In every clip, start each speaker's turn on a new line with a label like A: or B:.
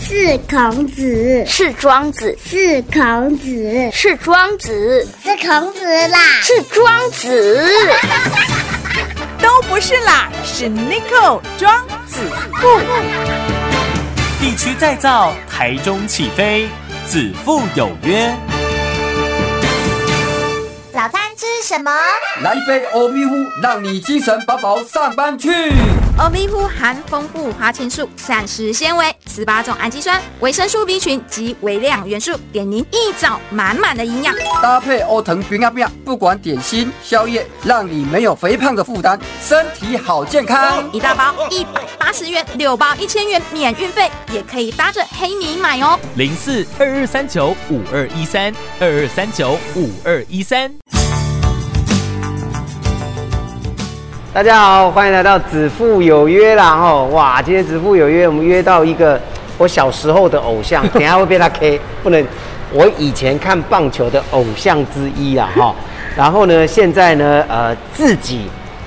A: 是孔子，
B: 是庄子，
A: 是孔子，
B: 是庄子，
A: 是孔子啦，
B: 是庄子。
C: 都不是啦，是 n i c o 庄子富。
D: 地区再造，台中起飞，子父有约。
E: 早餐吃什么？
F: 来一杯欧米乌，让你精神饱饱上班去。
G: 欧米乌含丰富花青素、膳食纤维、十八种氨基酸、维生素 B 群及微量元素，给您一早满满的营养。
F: 搭配欧腾饼干饼，啊不管点心、宵夜，让你没有肥胖的负担，身体好健康。
G: 一大包一百八十元，六包一千元，免运费，也可以搭着黑米买哦。
D: 零四二二三九五二一三二二三九五二一三。
H: 大家好，欢迎来到子父有约啦！吼，哇，今天子父有约，我们约到一个我小时候的偶像， 等一下会被他 K，不能。我以前看棒球的偶像之一啦，哈。然后呢，现在呢，呃，自己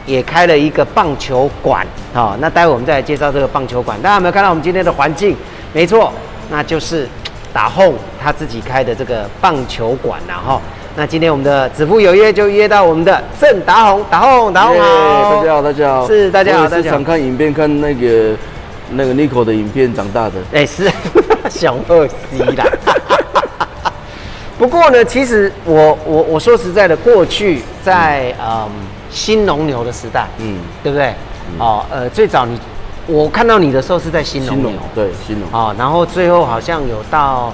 H: 也开了一个棒球馆，哈。那待会我们再来介绍这个棒球馆。大家有没有看到我们今天的环境？没错，那就是打 home 他自己开的这个棒球馆啦，哈。那今天我们的子父有约就约到我们的郑达宏，达宏，达宏好。
I: 大家好，大家好，
H: 是大家好
I: 我也
H: 大
I: 是
H: 家好
I: 常看影片，看那个那个 Nico 的影片长大的。
H: 哎、是 小二 C 啦。 不过呢，其实我我我说实在的，过去在嗯新农牛的时代，嗯
I: 嗯，
H: 对不对？哦，呃，最早你我看到你的时候是在新农
I: 新
H: 牛
I: 农，对新农，
H: 哦，然后最后好像有到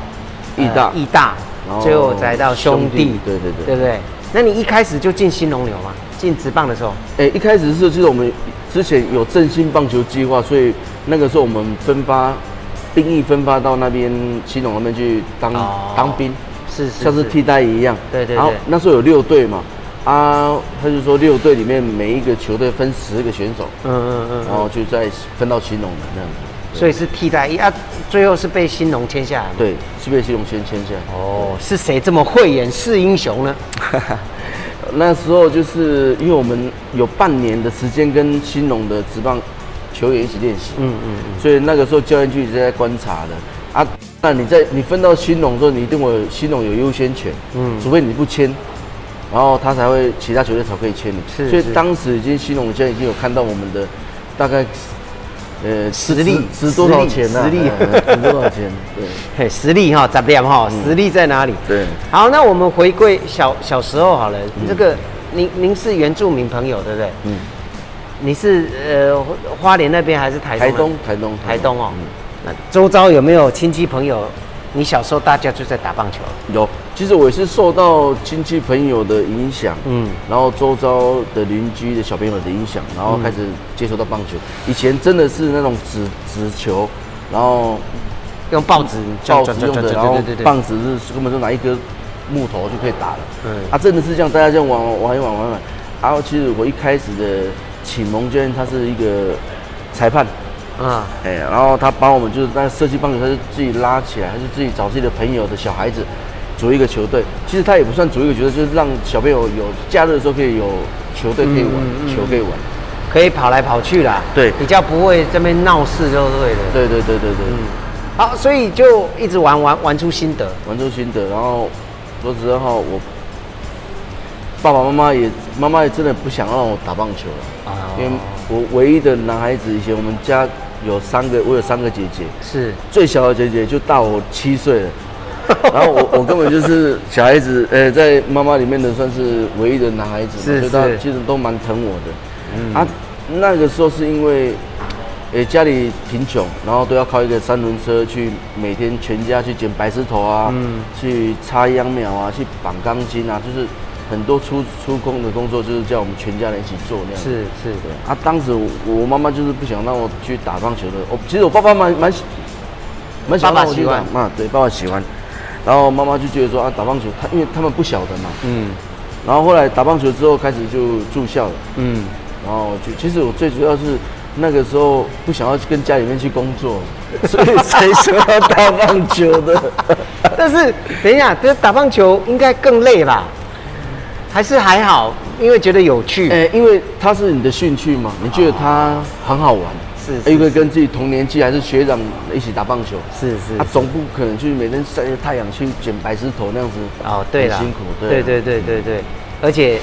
H: 呃
I: 义大
H: 义大
I: 然，后
H: 最后才到兄弟，
I: 兄弟对对对
H: 对不对？那你一开始就进新农牛吗？进职棒的时候，
I: 哎，一开始是就是我们之前有振兴棒球计划，所以那个时候我们分发兵役分发到那边新农那边去当
H: 哦
I: 当兵，
H: 是是
I: 像是
H: 是
I: 替代一样。
H: 对对
I: 然后
H: 对
I: 那时候有六队嘛，啊，他就说六队里面每一个球队分十个选手，
H: 嗯嗯嗯，
I: 然后就再分到新农这样子。
H: 所以是替代一啊，最后是被新农签下来嘛。
I: 对，是被新农先签下来。
H: 哦，是谁这么慧眼识英雄呢？
I: 那时候就是因为我们有半年的时间跟新农的职棒球员一起练习，嗯嗯所以那个时候教练就一直在观察的啊。那你在你分到新农的时候，你一定会有新农有优先权，嗯，除非你不签，然后他才会其他球队才可以签你。
H: 是
I: 所以
H: 是
I: 当时已经新农现在已经有看到我们的大概呃
H: 实力
I: 值值多少钱呢、啊？
H: 实力
I: 哎值多少钱？ 对。
H: 嘿，实力哈，咋样哈？实力在哪里？
I: 嗯对
H: 好，那我们回归小小时候好了。这个您您是原住民朋友对不对？嗯
I: 嗯。
H: 你是呃花莲那边还是台
I: 台
H: 东
I: 东
H: 啊？，
I: 台东，嗯
H: 台东哦。那周遭有没有亲戚朋友？你小时候大家就在打棒球了？
I: 有，其实我也是受到亲戚朋友的影响，
H: 嗯
I: 嗯，然后周遭的邻居的小朋友的影响，然后开始接触到棒球。以前真的是那种纸纸球，然后
H: 用报纸
I: 报纸用的，然后
H: 对对对。
I: 棒子是根本就拿一根木头就可以打了。
H: 嗯
I: 嗯，啊，真的是这样，大家这样玩玩玩一玩玩一玩。然后其实我一开始的启蒙教练他是一个裁判，
H: 啊，
I: 哎，然后他帮我们就是在设计棒球，他就自己拉起来，他就自己找自己的朋友的小孩子组一个球队。其实他也不算组一个球队，就是让小朋友有假日的时候可以有球队可以玩，球可以玩。
H: 可以跑来跑去啦。
I: 对
H: 比较不会这边闹事就对了。
I: 对对对对对，
H: 好，所以就一直玩玩玩出心得。
I: 玩出心得。然后说实在话，我爸爸妈妈也妈妈也真的不想让我打棒球了，因为我唯一的男孩子，以前我们家有三个，我有三个姐姐，
H: 是
I: 最小的姐姐就大我七 岁了，然后我我根本就是小孩子，呃、在妈妈里面的算是唯一的男孩子嘛，
H: 是
I: 所
H: 是
I: 以
H: 嗯
I: 她其实都蛮疼我的。啊，那个时候是因为，呃、家里贫穷，然后都要靠一个三轮车去每天全家去捡白石头啊，
H: 嗯
I: 去插秧苗啊，去绑钢筋啊，就是很多出出工的工作，就是叫我们全家人一起做那样。
H: 是是，
I: 对啊，当时我我妈妈就是不想让我去打棒球的。我其实我爸爸蛮蛮喜蛮想
H: 爸爸
I: 让我去
H: 喜
I: 打
H: 欢
I: 嘛，对，爸爸喜欢。然后妈妈就觉得说啊，打棒球，他因为他们不晓得嘛，
H: 嗯
I: 然后后来打棒球之后开始就住校了，
H: 嗯，
I: 然后就其实我最主要是那个时候不想要跟家里面去工作， 所以才想要打棒 球的。
H: 但是等一下，这打棒球应该更累吧？还是还好，因为觉得有趣。
I: 哎哎、因为它是你的兴趣嘛，你觉得它很好玩，
H: 哦是是
I: 一个跟自己同年纪还是学长一起打棒球，
H: 是是
I: 他、啊、总不可能去每天晒着太阳去捡白石头那样子
H: 哦，对了，
I: 很辛苦，
H: 对对对对对，而且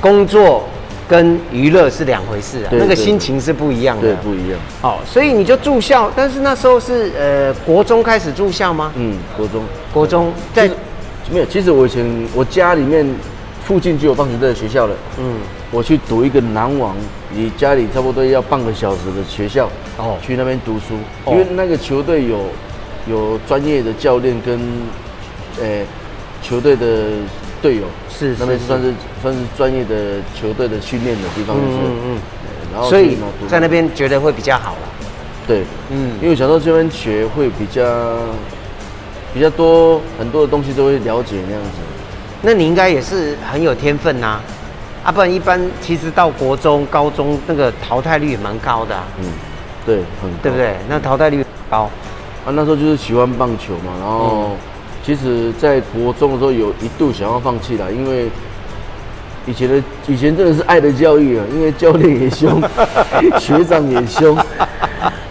H: 工作跟娱乐是两回事啊，
I: 对
H: 那个
I: 对对
H: 心情是不一样的，
I: 对不一样，
H: 哦，所以你就住校，但是那时候是呃国中开始住校吗？
I: 嗯，国中
H: 国中在
I: 其实没有，其实我以前我家里面附近就有棒球队的学校了，
H: 嗯
I: 嗯，我去读一个南网，离家里差不多要半个小时的学校，
H: 哦
I: 哦，去那边读书，
H: 哦
I: 因为那个球队有有专业的教练跟，呃、球队的队友，
H: 是
I: 那边
H: 是
I: 算是算是专业的球队的训练的地方，就是，
H: 嗯嗯嗯
I: 对然后
H: 所
I: 去
H: 以
I: 哦读
H: 在那边觉得会比较好了，
I: 对，
H: 嗯
I: 嗯，因为我小时候这边学会比较比较多，很多的东西都会了解那样子。
H: 那你应该也是很有天分呐、啊。啊，不然一般其实到国中、高中那个淘汰率也蛮高的、啊，
I: 嗯，对，很高
H: 对不对？那淘汰率很高，
I: 啊，那时候就是喜欢棒球嘛，然
H: 嗯
I: 后其实，在国中的时候有一度想要放弃了，因为以前的以前真的是爱的教育啊，因为教练 也凶，学长也凶，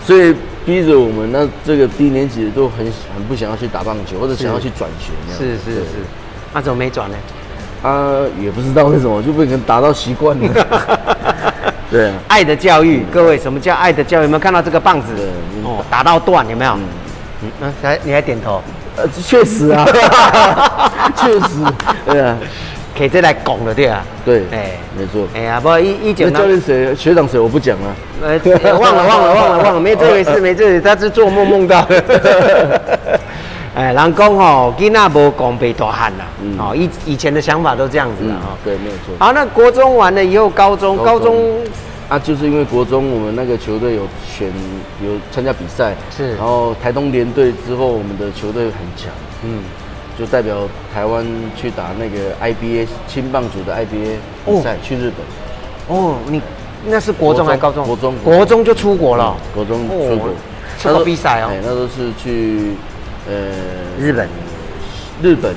I: 所以逼着我们那这个低年级的都很很不想要去打棒球，或者想要去转学那样。
H: 是是
I: 嗯对
H: 是。那怎么没转呢？
I: 啊，也不知道为什么就被人打到习惯 了。对啊，
H: 爱的教育，各位，什么叫爱的教育？有没有看到这个棒子
I: 对？
H: 哦，打到断，有没有？嗯，嗯还你还点头，
I: 呃，确实啊， 确实，对啊，
H: 可以再来拱了，对啊。
I: 对，
H: 哎
I: 哎，没错。
H: 哎呀，不，一一九
I: 那
H: 呢
I: 教？练谁？学长谁？我不讲啊了。
H: 呃，哎忘 了忘了忘了忘了，没啊这回事，没这回事，他是做梦梦到 的。哎，人讲吼，囡仔无讲被大汉啦，
I: 嗯
H: 哦，以以前的想法都这样子的
I: 嗯
H: 啊。，
I: 对，没有错。
H: 好，那国中完了以后，高中高中
I: 啊，就是因为国中我们那个球队有选有参加比赛，
H: 是
I: 然后台东联队之后，我们的球队很强，
H: 嗯
I: 嗯，就代表台湾去打那个 IBA 青棒组的 IBA 比赛，去日本。
H: 哦，你那是国中还是高中？
I: 国中
H: 国中就出国了。
I: 国嗯中
H: 哦
I: 出国，
H: 出国比赛哦
I: 哎那都是去呃
H: 日本
I: 日本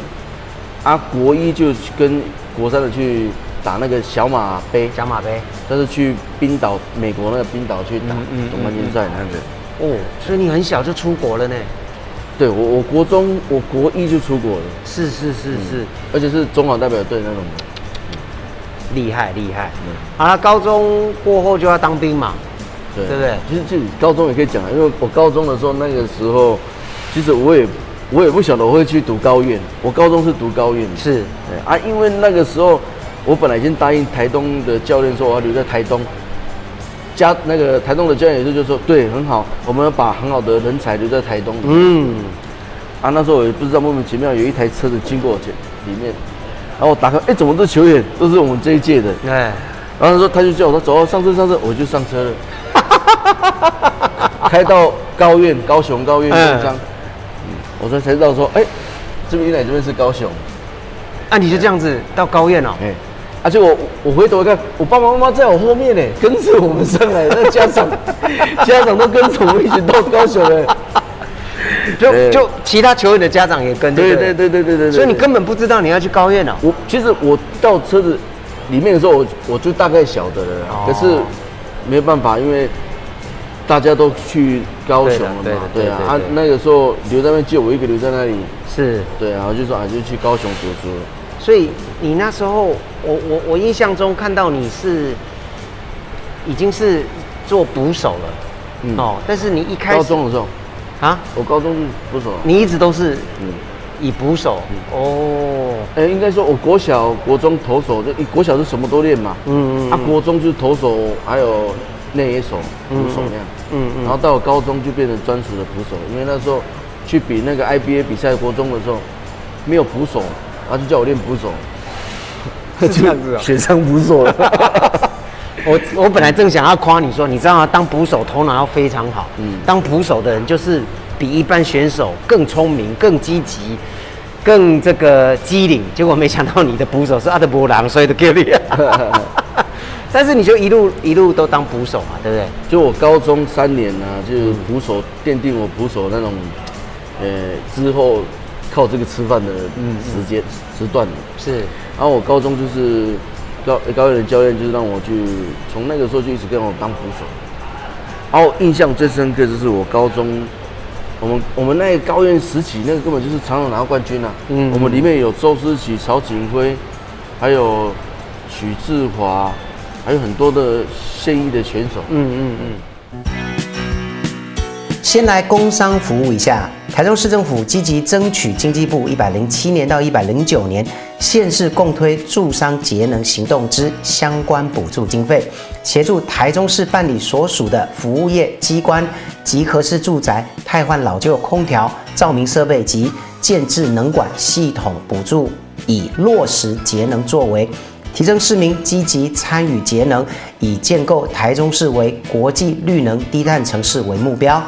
I: 啊，国一就跟国三的去打那个小马杯，
H: 小马杯。
I: 但是去冰岛美国那个冰岛去打
H: 嗯嗯
I: 总冠军赛那个。
H: 哦，所以你很小就出国了呢？
I: 对我，我国中我国一就出国了，
H: 是是是是，
I: 而且是中华代表队那种的。
H: 厉害厉害
I: 嗯。
H: 好了，高中过后就要当兵嘛。
I: 对
H: 对不对
I: 其实其实高中也可以讲啊，因为我高中的时候那个时候，其实我也我也不晓得我会去读高院，我高中是读高院的。
H: 是
I: 对啊，因为那个时候我本来已经答应台东的教练说我要留在台东，家那个台东的教练也是就说对，很好，我们要把很好的人才留在台东。
H: 嗯，
I: 啊，那时候我也不知道莫名其妙有一台车子经过我前里面，然后我打开，哎、怎么都球员都是我们这一届的，
H: 哎，
I: 然后他说他就叫我说走、啊，上车上车，我就上车了，开到高院高雄高院
H: 嗯
I: 这样，嗯我才才知道说，哎、这边一来这边是高雄，
H: 啊，你就这样子到高院哦。
I: 哎、而且我我回头一看，我爸爸妈妈在我后面呢， 跟着我们上来，欸那家长 家长都跟着我们一起到高雄了，
H: 就
I: 对
H: 就其他球员的家长也跟，
I: 对
H: 不
I: 对对对对对，
H: 所以你
I: 对
H: 根本不知道你要去高院哦。
I: 我其实我到车子里面的时候，我我就大概晓得了啦。
H: 哦
I: 可是没办法，因为大家都去高雄了嘛，
H: 对
I: 对
H: 的对的
I: 啊
H: 对，的
I: 啊
H: 对的
I: 那个时候留在那边就我一个留在那里，
H: 是，
I: 对啊，我就说啊就去高雄读书了。
H: 所以你那时候，我我我印象中看到你是已经是做捕手了、
I: 嗯，
H: 哦，但是你一开始
I: 高中的时候，
H: 啊，
I: 我高中不熟啊，
H: 你一直都是
I: 嗯，
H: 以捕手、 哦，
I: 哎，应该说我国小、国中投手，就一国小是什么都练嘛，
H: 嗯嗯
I: 嗯，啊，国中就是投手，还有内野手、捕手那样，
H: 嗯
I: 嗯
H: 嗯
I: 然后到了高中就变成专属的捕手，因为那时候去比那个 IBA 比赛，国中的时候没有捕手，然后就叫我练捕手，
H: 是这样子啊、
I: 学生捕手了，
H: 我我本来正想要夸你说，你知道吗？当捕手头脑要非常好。嗯
I: 嗯，
H: 当捕手的人就是比一般选手更聪明、更积极、更这个机灵。结果没想到你的捕手是阿德伯朗，所以的 g i 但是你就一路一路都当捕手嘛，对不对？
I: 就我高中三年呢、就是捕手奠定我捕手那种，呃，之后靠这个吃饭的时间时段了。
H: 嗯是
I: 然后我高中就是高高一的教练，就是让我去从那个时候就一直跟我当捕手，然后印象最深刻就是我高中，我们我们那个高院时期，那个根本就是常常拿冠军啊。
H: 嗯
I: 嗯，我们里面有周思齐、曹景辉，还有许志华，还有很多的现役的选手。
H: 嗯嗯嗯。先来工商服务一下，台中市政府积极争取经济部一百零七年到一百零九年县市共推住商节能行动之相关补助经费，协助台中市办理所属的服务业机关集合式住宅汰换老旧空调、照明设备及建制能管系统补助，以落实节能作为。提升市民积极参与节能，以建构台中市为国际绿能低碳城市为目标。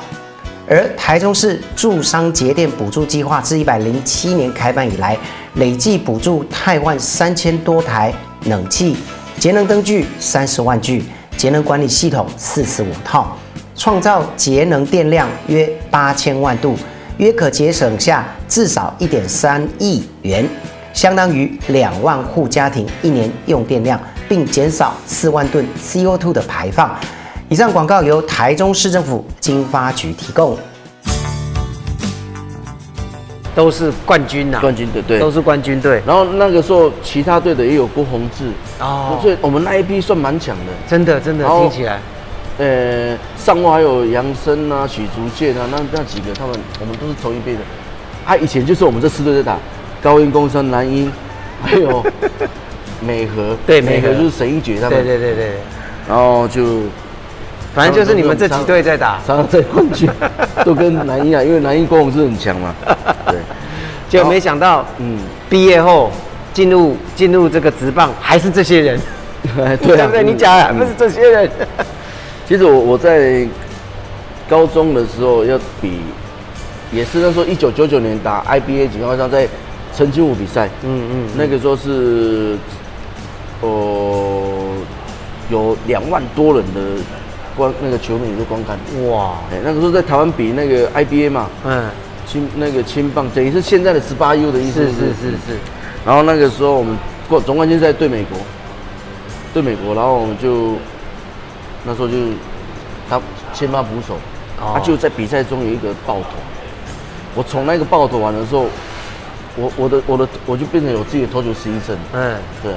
H: 而台中市住商节电补助计划自一百零七年开办以来，累计补助汰换三千多台冷气、节能灯具三十万具、节能管理系统四十五套，创造节能电量约八千万度，约可节省下至少一点三亿元，相当于两万户家庭一年用电量，并减少四万吨 CO2 的排放。以上广告由台中市政府经发局提供。都是冠军呐、
I: 冠军队对。
H: 是冠军队，
I: 然后那个时候其他队的也有郭宏志，
H: 哦
I: 所以我们那一批算蛮强的。
H: 真的真的
I: 然后
H: 听起来，
I: 呃，上外还有杨森啊、许竹健啊，那那几个他们我们都是同一辈的。啊，以前就是我们这四队在打，高音、工商、南音，还 有美和，
H: 对美
I: 美
H: 和
I: 和就是沈一杰他
H: 对
I: 们，
H: 对对对，
I: 然后就
H: 反正就是你们这几队在打，
I: 常常在冠 军，都跟南音啊，因为南音郭宏志很强嘛，对，
H: 结果没想到
I: 嗯，
H: 毕业后进入进入这个职棒还是这些人，
I: 对
H: 对
I: 啊
H: 不，对？你讲啊，
I: 嗯
H: 不是这些人，
I: 其实我我在高中的时候要比，也是那时候一九九九年打 IBA 锦标赛在陈金武比赛，
H: 嗯嗯，
I: 那个时候是，哦、有两万多人的观那个球迷都观看，
H: 哇，
I: 哎、那个时候在台湾比那个 IBA 嘛，
H: 嗯，
I: 青那个青棒等于是现在的十八 U 的意思，
H: 是是是是，
I: 然后那个时候我们冠总冠军赛对美国，对美国，然后我们就那时候就他先发捕手，
H: 哦
I: 他就在比赛中有一个爆头，我从那个爆头完的时候，我我的我的我就变成有自己的投球失忆症，
H: 嗯，
I: 对，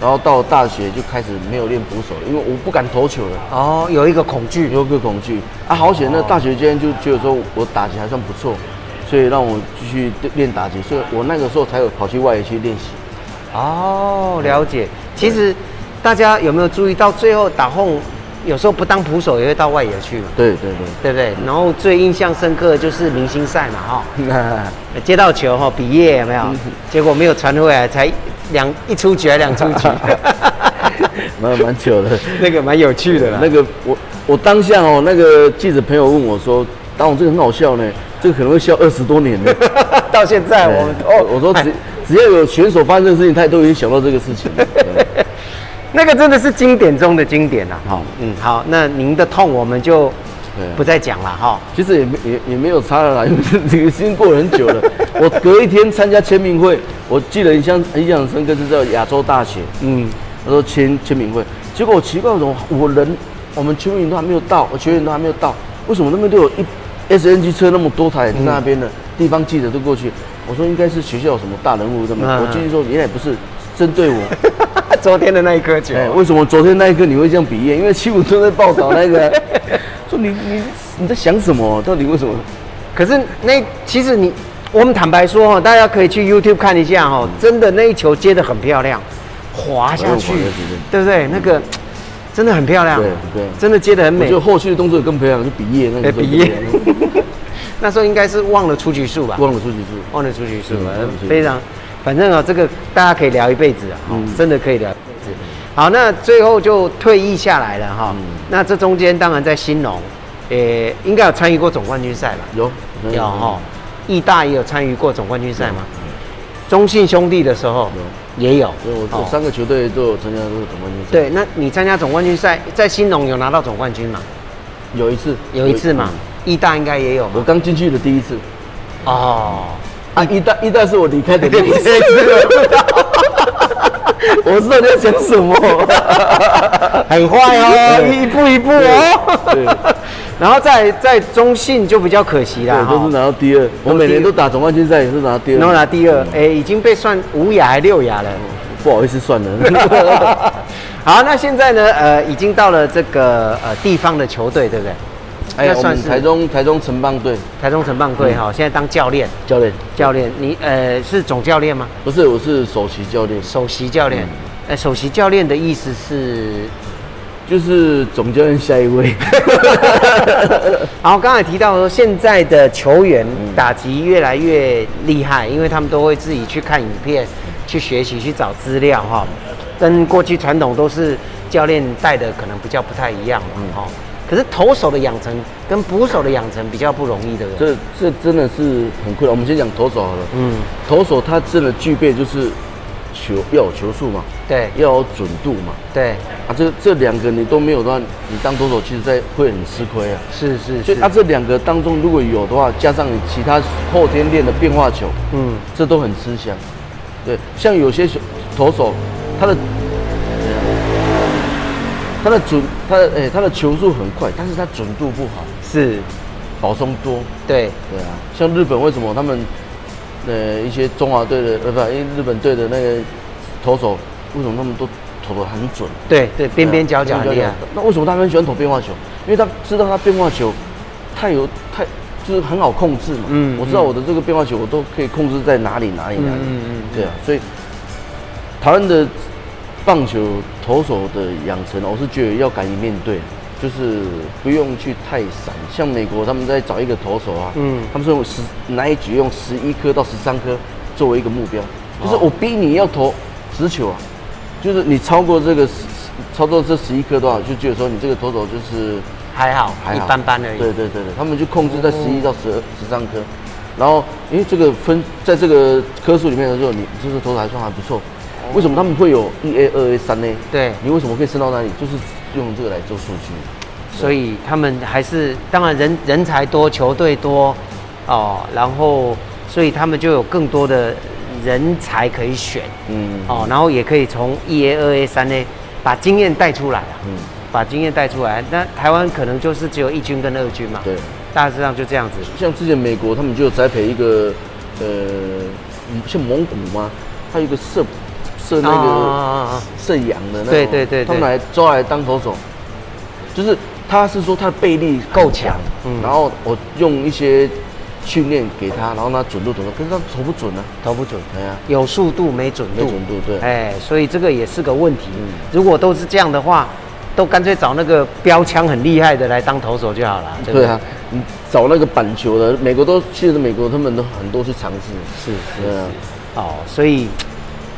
I: 然后到大学就开始没有练捕手了，因为我不敢投球了，
H: 哦，有一个恐惧，
I: 有个恐惧啊，好险！那大学间就觉得说我打击还算不错，所以让我继续练打击，所以我那个时候才有跑去外野去练习。嗯
H: 哦，了解。其实大家有没有注意到，最后打轰有时候不当捕手也会到外野去嘛，
I: 对对
H: 对
I: 对。
H: 不对？然后最印象深刻的就是明星赛嘛，哈、
I: 嗯那
H: 接到球哈，比耶有没有？
I: 嗯
H: 结果没有传回来，才两一出局还两出 局，
I: 蛮蛮久 了。
H: 那个蛮有趣的啦。
I: 那个我我当下哦，那个记者朋友问我说：“当我这个很好笑呢，这个可能会笑二十多年呢。
H: 到现在
I: 哎”
H: 我们
I: 我
H: 哦，
I: 我 说只只要有选手发生的事情，他都已经想到这个事情了。对
H: 那个真的是经典中的经典啊。
I: 好
H: 嗯，好，那您的痛我们就
I: 对啊
H: 不再讲了哈。
I: 其实也没也也没有差了啦， 因为这个已经过很久了。我隔一天参加签名会，我记得印象印象很深刻是在亚洲大学，
H: 嗯，
I: 他说签签名会，结果我奇怪，我怎么我人我们球员都还没有到，我球员都还没有到，为什么那边都有一 SNG 车那么多台在那边呢？地方记者都过去，我说应该是学校有什么大人物他们，
H: 嗯
I: 我进去说原来不是针对我，
H: 昨天的那一颗球，
I: 哎，为什么昨天那一刻你会这样比耶？因为七五都在报道那个，啊说你你你在想什么？到底为什么？
H: 可是那其实你，我们坦白说哈，大家可以去 YouTube 看一下哈，真的那一球接的很漂亮，滑下去
I: 嗯哎呦滑下去，
H: 对不对？那个真的很漂亮，
I: 对对
H: 真的接的很
I: 我
H: 美
I: 觉得。后续的动作更培养，就比耶那个
H: 哎，
I: 时候
H: 比耶，那时候应该是忘了出局数吧？
I: 忘了出几 次。
H: 忘了出局数了
I: 嗯忘了出局，数
H: 非常，反正啊、这个大家可以聊一辈子啊、哦
I: 嗯
H: 真的可以聊一辈子。好，那最后就退役下来了哈、
I: 嗯
H: 那这中间当然在兴农，呃，应该有参与过总冠军赛吧？
I: 有嗯
H: 有哦哈，义大也有参与过总冠军赛吗？中信兄弟的时候也有，
I: 所以我
H: 哦
I: 这三个球队都有参加这个总冠军赛。
H: 对，那你参加总冠军赛，在兴农有拿到总冠军吗？
I: 有一次，嗯
H: 有一次嘛，义大应该也有
I: 我
H: 嘛。
I: 刚进去的第一次。
H: 哦，
I: 啊，一代一代是我离 开的第一次。我知道你在讲什么。
H: 很坏哦，
I: 对
H: 一步一步哦。
I: 对，
H: 然后在在中信就比较可惜啦，
I: 对，都
H: 哈
I: 是拿到第二。我每年都打总冠军赛，也是拿第二。
H: 然后拿第二，哎，已经被算五亚还六 亚了。
I: 不好意思，算 了。
H: 好，那现在呢？呃，已经到了这个呃地方的球队，对不对？那
I: 哎呀，我
H: 算
I: 们
H: 是
I: 台中嗯台中城棒队
H: 台中城棒队哈，现在当教练，
I: 教练
H: 教练，你呃是总教练吗？
I: 不是，我是首席教练，
H: 首席教练
I: 嗯，
H: 呃，首席教练的意思是，
I: 就是总教练下一位。
H: 然后刚才提到说，现在的球员打击越来越厉害，因为他们都会自己去看影片、去学习、去找资料哈、跟过去传统都是教练带的可能比较不太一样嘛哈、可是投手的养成跟捕手的养成比较不容易的，
I: 这这真的是很困难。我们先讲投手好了，
H: 嗯，
I: 投手他真的具备就是球要有球速嘛，
H: 对
I: 要有准度嘛，
H: 对，
I: 啊，这这两个你都没有的话，你当投手其实在会很吃亏啊。
H: 是是是
I: 所以，啊，这两个当中如果有的话，加上你其他后天练的变化球，
H: 嗯，
I: 这都很吃香。对，像有些球投手，他的他的准，他的哎、他的球速很快，但是他准度不好，
H: 是，
I: 保送多。
H: 对，
I: 对啊，像日本为什么他们呃一些中华队的呃不，因为日本队的那个投手为什么他们都投得很准？
H: 对
I: 嗯
H: 对，边边角角很厉害，
I: 那为什么他很喜欢投变化球？因为他知道他变化球太有太就是很好控制嘛。
H: 嗯
I: 我知道我的这个变化球我都可以控制在哪里哪里哪里。
H: 嗯嗯
I: 对啊，所以台湾的棒球投手的养成，我是觉得要敢于面对。就是不用去太散，像美国他们在找一个投手啊，
H: 嗯
I: 嗯，他们是用十哪一局用十一颗到十三颗作为一个目标，就是我逼你要投十球啊，就是你超过这个十超过这十一颗多少，就觉得说你这个投手就是
H: 还好，
I: 还
H: 一
I: 好
H: 般般而已。哦
I: 对对对对，他们就控制在十一到十二十三颗，然后因为这个分在这个颗数里面的时候，你这个投手还算还不错。为什么他们会有一 A、二 A、三 A？
H: 哦对
I: 你为什么可以升到那里？就是用这个来做数据。
H: 所以他们还是当然人人才多，球队多，哦，然后所以他们就有更多的人才可以选，
I: 嗯，
H: 哦，然后也可以从一 A、二 A、三 A 把经验带出来啊，
I: 嗯
H: 把经验带出来。那台湾可能就是只有一军跟二军嘛，
I: 对，
H: 大致上就这样子。
I: 像之前美国他们就有栽培一个呃，嗯像蒙古嘛，它有一个射射那个。
H: 啊
I: 射羊的那种，
H: 对对对对
I: 他们来招来当投手，就是他是说他的臂力很
H: 够强嗯
I: 然后我用一些训练给他，然后他准度准度，可是他投不准啊，
H: 投不准，
I: 哎呀、
H: 有速度没准度，
I: 没准度对
H: 哎，所以这个也是个问题。
I: 嗯
H: 如果都是这样的话，都干脆找那个标枪很厉害的来当投手就好了，对不
I: 对啊，你找那个板球的，美国都其实美国他们都很多去尝
H: 是
I: 试，
H: 是
I: 对啊，
H: 哦，所以，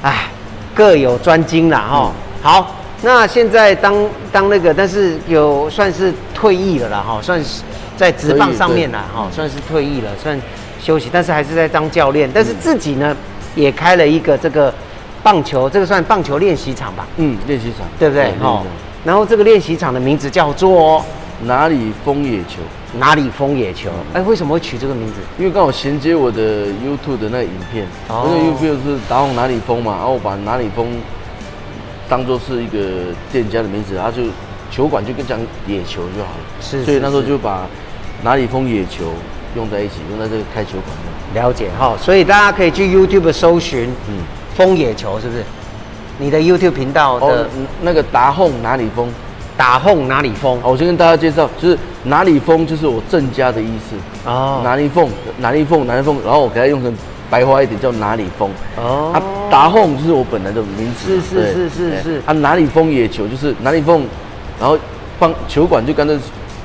H: 哎，各有专精
I: 嗯
H: 啦哈、哦好，那现在当当那个，但是有算是退役了啦哈、算是在职棒上面啦哈、
I: 退役对嗯
H: 算是退役了，算休息，但是还是在当教练，但是自己呢、也开了一个这个棒球，这个算棒球练习场吧，
I: 嗯，练习场
H: 对不对？哈，，
I: 哦
H: 然后这个练习场的名字叫做
I: 哪里风野球？
H: 哪里风野球？哎，为什么会取这个名字？
I: 因为刚好衔接我的 YouTube 的那个影片，
H: 哦
I: 那个 YouTube 是打红哪里风嘛，然啊后我把哪里风当做是一个店家的名字，然后就球馆就跟讲野球就好了，
H: 是
I: 所以
H: 是
I: 那时候
H: 是
I: 就把哪里风野球用在一起，用在这个开球馆的，
H: 了解哈、所以大家可以去 YouTube 搜寻，嗯
I: 嗯，
H: 风野球是不是？你的 YouTube 频道
I: 哦
H: 的，
I: 那个达红哪里风，
H: 打轰哪里风？
I: 好，我先跟大家介绍，就是哪里风就是我郑家的意思，
H: 哦，
I: 哪里凤，哪里凤，哪里凤，然后我给它用成白话一点叫哪里风。
H: 哦
I: 哦，啊，达凤就是我本来的名字嘛。
H: 是是
I: 对
H: 是是
I: 哎
H: 是
I: 啊，哪里风野球就是哪里风，然后棒球馆就干脆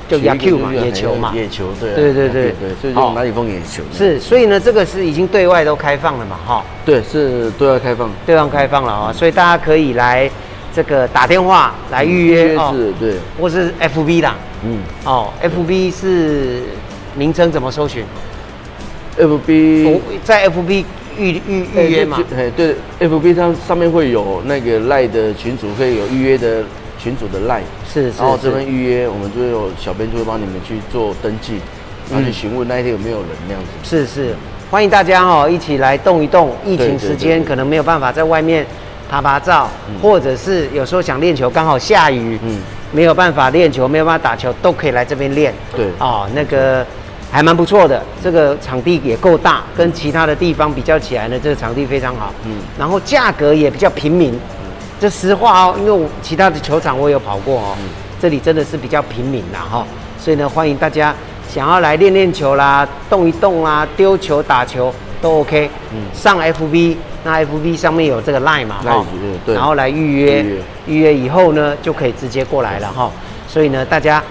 H: 就
I: 取一个
H: 野球嘛
I: 就是
H: 野球嘛
I: 哎野球对啊。
H: 对对对
I: 野球对，哦所以
H: 好
I: 就哪里风野球。
H: 是，所以呢，这个是已经对外都开放了嘛，哈、
I: 对，是对外开放。
H: 对外开放了啊、所以大家可以来这个打电话来预约哦，
I: 是，对，
H: 或是 FB 啦，
I: 嗯
H: 哦，FB 是名称怎么搜寻？
I: ，FB
H: 我在 FB 预预预约嘛
I: 哎，就哎，对，FB 它上面会有那个赖的群组，可以有预约的群组的赖。
H: 是是
I: 然后这边
H: 是，
I: 预约，我们就会有小编就会帮你们去做登记，
H: 嗯
I: 然后去询问那一天有没有人那样子。
H: 是是，欢迎大家哈、一起来动一动。疫情时
I: 对对
H: 间
I: 对对
H: 可能没有办法在外面爬爬照，或者是有时候想练球，刚好下雨，
I: 嗯
H: 没有办法练球、没有办法打球，都可以来这边练。
I: 对
H: 哦，那个还蛮不错的，这个场地也够大，跟其他的地方比较起来呢，这个场地非常好。嗯，然后价格也比较平民。
I: 嗯
H: 这实话哦，因为我其他的球场我有跑过哦，
I: 嗯
H: 这里真的是比较平民啦哈、所以呢，欢迎大家想要来练练球啦、动一动啦、丢球打球都 OK。上
I: 嗯
H: FB，那 FB 上面有这个 line 嘛哈
I: Line，对
H: 然后来预约
I: 预约，
H: 预约以后呢就可以直接过来了哈、所以呢，大家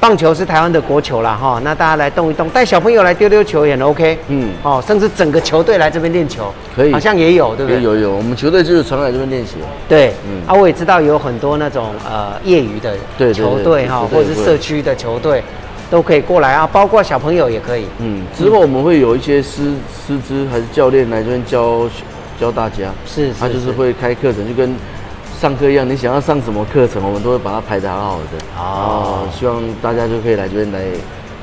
H: 棒球是台湾的国球啦哈、那大家来动一动，带小朋友来丢丢球也很 OK。
I: 嗯
H: 哦，甚至整个球队来这边练球，
I: 可以
H: 好像也有对不对？
I: 有有，我们球队就是常来这边练习。
H: 对，
I: 嗯
H: 啊，我也知道有很多那种呃业余的
I: 对对对
H: 球队哈，
I: 对
H: 或者
I: 对
H: 是
I: 对
H: 社区的球队，都可以过来啊，包括小朋友也可以。
I: 嗯，之后我们会有一些师师资还是教练来这边教教大家，
H: 是是
I: 他就是是会开课程，就跟上课一样，你想要上什么课程，我们都会把它排得好好的。
H: 哦
I: 哦，希望大家就可以来这边来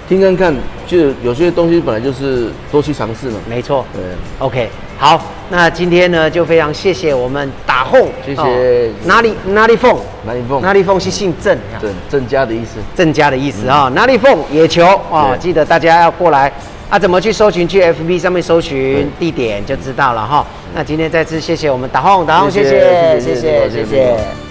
I: 听看看，就有些东西本来就是多去尝试嘛。
H: 没错。
I: 对，
H: OK，好，那今天呢就非常谢谢我们打后，哦
I: 谢谢
H: 哪里哪里凤，
I: 哪里凤
H: 哪里凤是姓郑，
I: 正正佳的意思。
H: 郑家的意思啊，哪里凤野球啊，
I: 对
H: 记得大家要过来啊，怎么去搜寻？去 FB 上面搜
I: 对
H: 寻地点就知道了哈。那今天再次谢谢我们打后，打后
I: 谢
H: 谢谢
I: 谢谢谢
H: 谢谢
I: 谢
H: 谢
I: 谢
H: 谢。